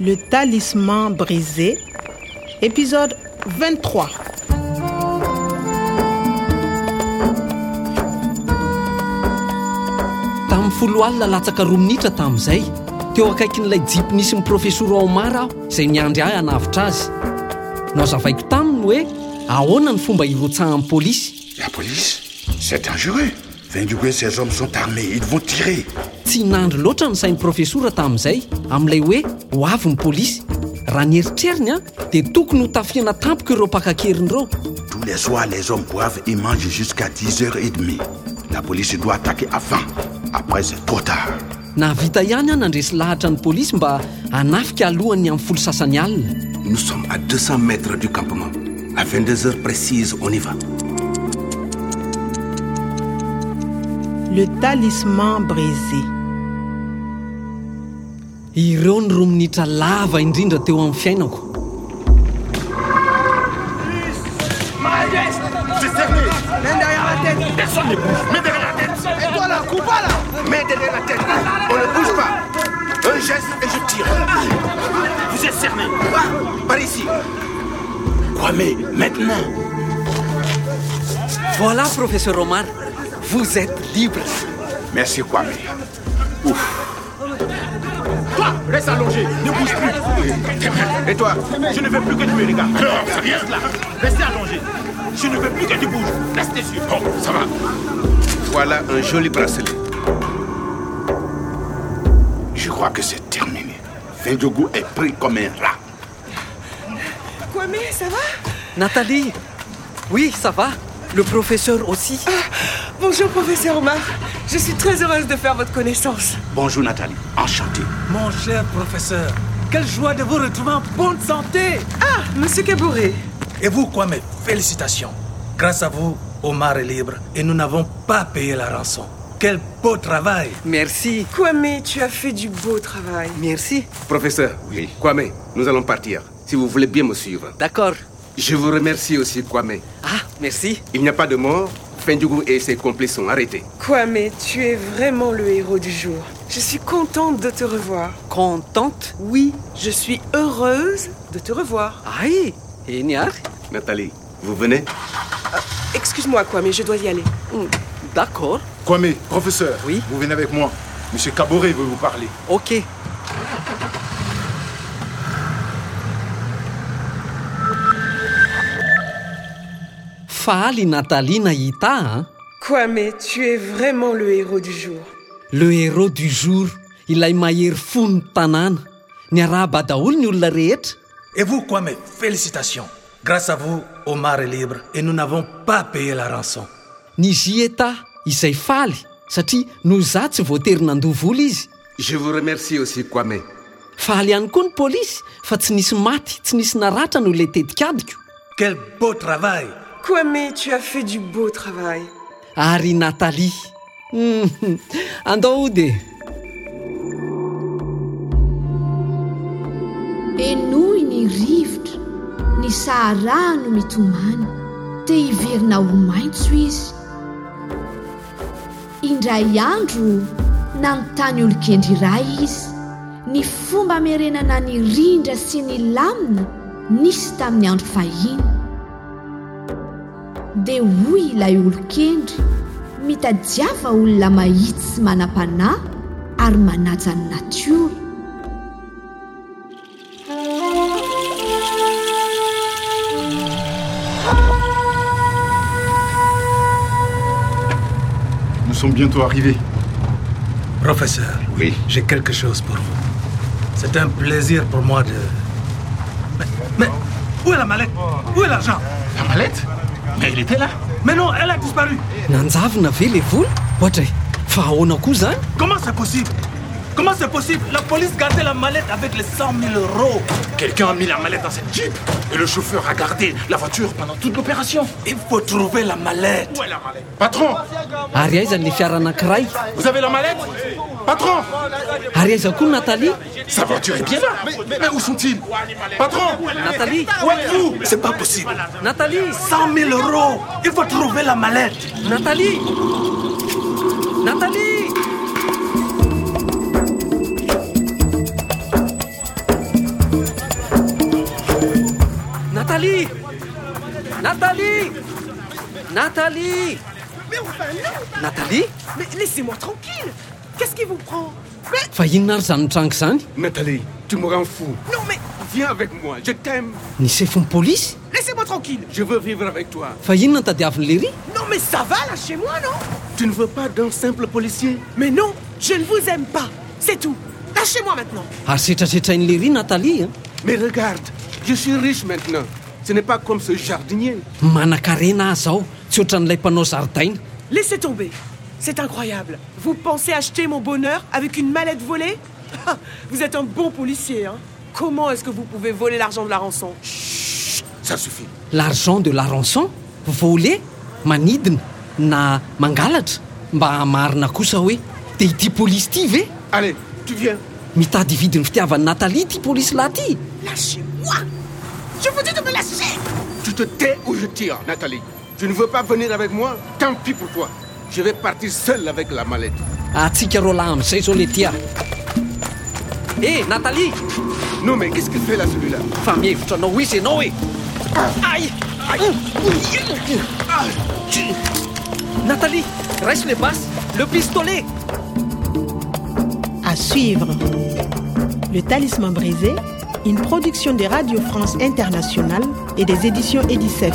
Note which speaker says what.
Speaker 1: Le talisman brisé, épisode 23.
Speaker 2: tamin'ny folo alina latsaka roa minitra tamin'izay teo akaiky n'ilay jipy nisy ny profesora omara aho izay niandry ahy hanavitra azy nozavaiko taminy hoe ahoana ny fomba irotsahan'ny pôlisy
Speaker 3: La police C'est dangereux. Vindugou et ses hommes sont armés. Ils vont tirer.
Speaker 2: tsy nandry loatra ny sain'ny profesora tamin'izay amin'ilay hoe ho avy ny pôlisy raha ny heritreriny a dia tokony ho tafiana tampoka ireo mpakankerin'ireo
Speaker 3: Tous les soirs, les hommes boivent et mangent jusqu'à 10h30. La police doit attaquer avant. Après, c'est trop tard.
Speaker 2: navita ihany aho nandresy lahatra ny pôlisy mba hanafika alohany amin'ny folo sasany alina
Speaker 4: Nous sommes à 200 mètres du campement. À 22 heures précises, on y va.
Speaker 1: Le talisman brisé.
Speaker 2: ireo ny roa minitra lava indrindra teo amin'ny fiainako
Speaker 5: Et toi là, coupe pas, là
Speaker 3: Mets derrière la tête. On ne bouge pas. Un geste et je tire.
Speaker 5: Vous êtes cerné
Speaker 3: Par ici. Kwame, maintenant.
Speaker 2: voilà professeur omar vous êtes libre
Speaker 3: Merci, Kwame.
Speaker 5: Toi, reste allongé, ne bouge plus
Speaker 3: Et toi
Speaker 5: Je ne veux plus que tu me regardes Reste là, restez allongé Je ne veux plus que tu bouges, restez sûr Bon, ça va
Speaker 4: Voilà un joli bracelet.
Speaker 3: Je crois que c'est terminé. Vindugou est pris comme un rat.
Speaker 6: Kwame, ça va
Speaker 2: nathalie oui ça va le professeur aussi
Speaker 6: Bonjour, professeur Omar. Je suis très heureuse de faire votre connaissance.
Speaker 3: Bonjour, Nathalie. Enchanté.
Speaker 7: Mon cher professeur, quelle joie de vous retrouver en bonne santé
Speaker 6: Ah, monsieur Kabouré.
Speaker 7: Et vous, quoi, mes félicitations. Grâce à vous, Omar est libre et nous n'avons pas payé la rançon. Quel beau travail
Speaker 2: merci
Speaker 6: Kwame, tu as fait du beau travail.
Speaker 2: merci
Speaker 4: Professeur,
Speaker 3: Oui.
Speaker 4: Kwame, nous allons partir. Si vous voulez bien me suivre.
Speaker 2: d'accord
Speaker 4: Je vous remercie aussi, Kwame.
Speaker 2: ah merci
Speaker 4: Il n'y a pas de mort. Fendjougou et ses complices sont arrêtés.
Speaker 6: Kwame, tu es vraiment le héros du jour. Je suis contente de te revoir.
Speaker 2: contente
Speaker 6: Oui, je suis heureuse de te revoir.
Speaker 2: ay eny ary
Speaker 4: Nathalie, vous venez
Speaker 6: Excuse-moi, Kwame, je dois y aller.
Speaker 2: Mm, d'accord
Speaker 8: Kwame, professeur,
Speaker 2: Oui.
Speaker 8: vous venez avec moi. Monsieur Caboret veut vous parler.
Speaker 2: ok faly nathalie hein? nahita a
Speaker 6: Kwame, tu es vraiment le héros du jour.
Speaker 2: le héros du jour ilay mahery fo ny tanàna ny arahaba daholo ny olona rehetra
Speaker 7: Et vous, quoi, mes félicitations. Grâce à vous, Omar est libre et nous n'avons pas payé la rançon.
Speaker 2: ny zieta izay faly satria no za tsy voatery nandovo olo izy
Speaker 4: Je vous remercie aussi, Kwame.
Speaker 2: faly ihany koa ny pôlisy fa tsy nisy maty tsy nisy naratra no le tetikadiko
Speaker 7: Quel beau travail
Speaker 6: Kwame, tu as fait du beau travail.
Speaker 2: ary natalia Mhm. andao ode
Speaker 9: enoy ny rivotra ny sahara no mitomany te hiverina ho maitso izy indray andro nanontany olon-kendry iray izy ny fomba merenana ny rindra sy ny lamina nisy tamin'ny andro fahiny dia hoy ilay olon-kendry mitadiava olona mahitsy sy manam-panahy ary manaja ny natiora
Speaker 8: Nous sommes bientôt arrivés.
Speaker 7: Professeur,
Speaker 3: Oui.
Speaker 7: j'ai quelque chose pour vous. C'est un plaisir pour moi de... Mais, mais où est la mallette Où est l'argent
Speaker 5: La mallette Mais il était là
Speaker 7: Mais non, elle a disparu.
Speaker 2: nanjavina ve le vola ohatra e fa ahoana koa zany
Speaker 7: Comment c'est possible Comment c'est possible La police gardait la mallette avec les 100 000 euros.
Speaker 5: Quelqu'un a mis la mallette dans cette jeep Et le chauffeur a gardé la voiture pendant toute l'opération
Speaker 7: Il faut trouver la mallette.
Speaker 5: Où est la mallette
Speaker 8: Patron,
Speaker 2: ary aiza le fiara anankiray
Speaker 5: Vous avez la mallette
Speaker 8: patron,
Speaker 2: ary aiza koa ny natalia
Speaker 8: sa voiture est bien là. Mais, mais- mais où sont-ils Patron,
Speaker 2: natalia
Speaker 7: Où êtes-vous C'est pas possible.
Speaker 2: natalia
Speaker 7: 100 000 euros. Il faut trouver la mallette.
Speaker 2: natalia natalia natalia natalia natalia
Speaker 6: Mais enfin, non
Speaker 2: natalia
Speaker 6: Mais laissez-moi tranquille Qu'est-ce qui vous prend Mais
Speaker 2: fa inona ary zany mitrango zany
Speaker 8: Nathalie, tu me rends fou.
Speaker 6: non, mais
Speaker 8: Viens avec moi, je t'aime.
Speaker 2: ny sefin'ny pôlisy
Speaker 6: laissez-moi tranquille
Speaker 8: Je veux vivre avec toi.
Speaker 2: fa inona ny tadiavin'ny lery
Speaker 6: Non, mais ça va, lâchez-moi, non
Speaker 8: Tu ne veux pas d'un simple policier
Speaker 6: Mais non, je ne vous aime pas C'est tout Lâchez-moi maintenant
Speaker 2: ary setrasetrainy lery eh? natalia a
Speaker 8: Mais regarde, je suis riche maintenant. Ce n'est pas comme ce jardinier.
Speaker 2: manan-karena azy aho tsy ohatran'ilay mpanao zaridaina
Speaker 6: Laissez tomber C'est incroyable Vous pensez acheter mon bonheur avec une mallette volée Ah, Vous êtes un bon policier, hein Comment est-ce que vous pouvez voler l'argent de la rançon
Speaker 8: Ça suffit.
Speaker 2: l'argent de la rançon volet manidina na mangalatra mba hamarina kosa hoe dia ity pôlisy ity ve
Speaker 8: Allez, tu viens.
Speaker 2: mitady vidin'ny fitiavan'ny natalia ity pôlisy lahy ity
Speaker 6: Lâchez-moi Je vous dis de me lâcher
Speaker 8: Tu te tais ou je tire, Nathalie. Tu ne veux pas venir avec moi Tant pis pour toi. Je vais partir seul avec la mallette.
Speaker 2: atsika ro lahy amin'izay zao le tia e natalia
Speaker 8: Non, mais qu'est-ce qu'il fait là, celui-là
Speaker 2: fa mihevitra anao izy ianao e ay natalia raise le basy le pistolet
Speaker 1: À suivre. Le Talisman brisé, une production de Radio France Internationale et des éditions Edicef.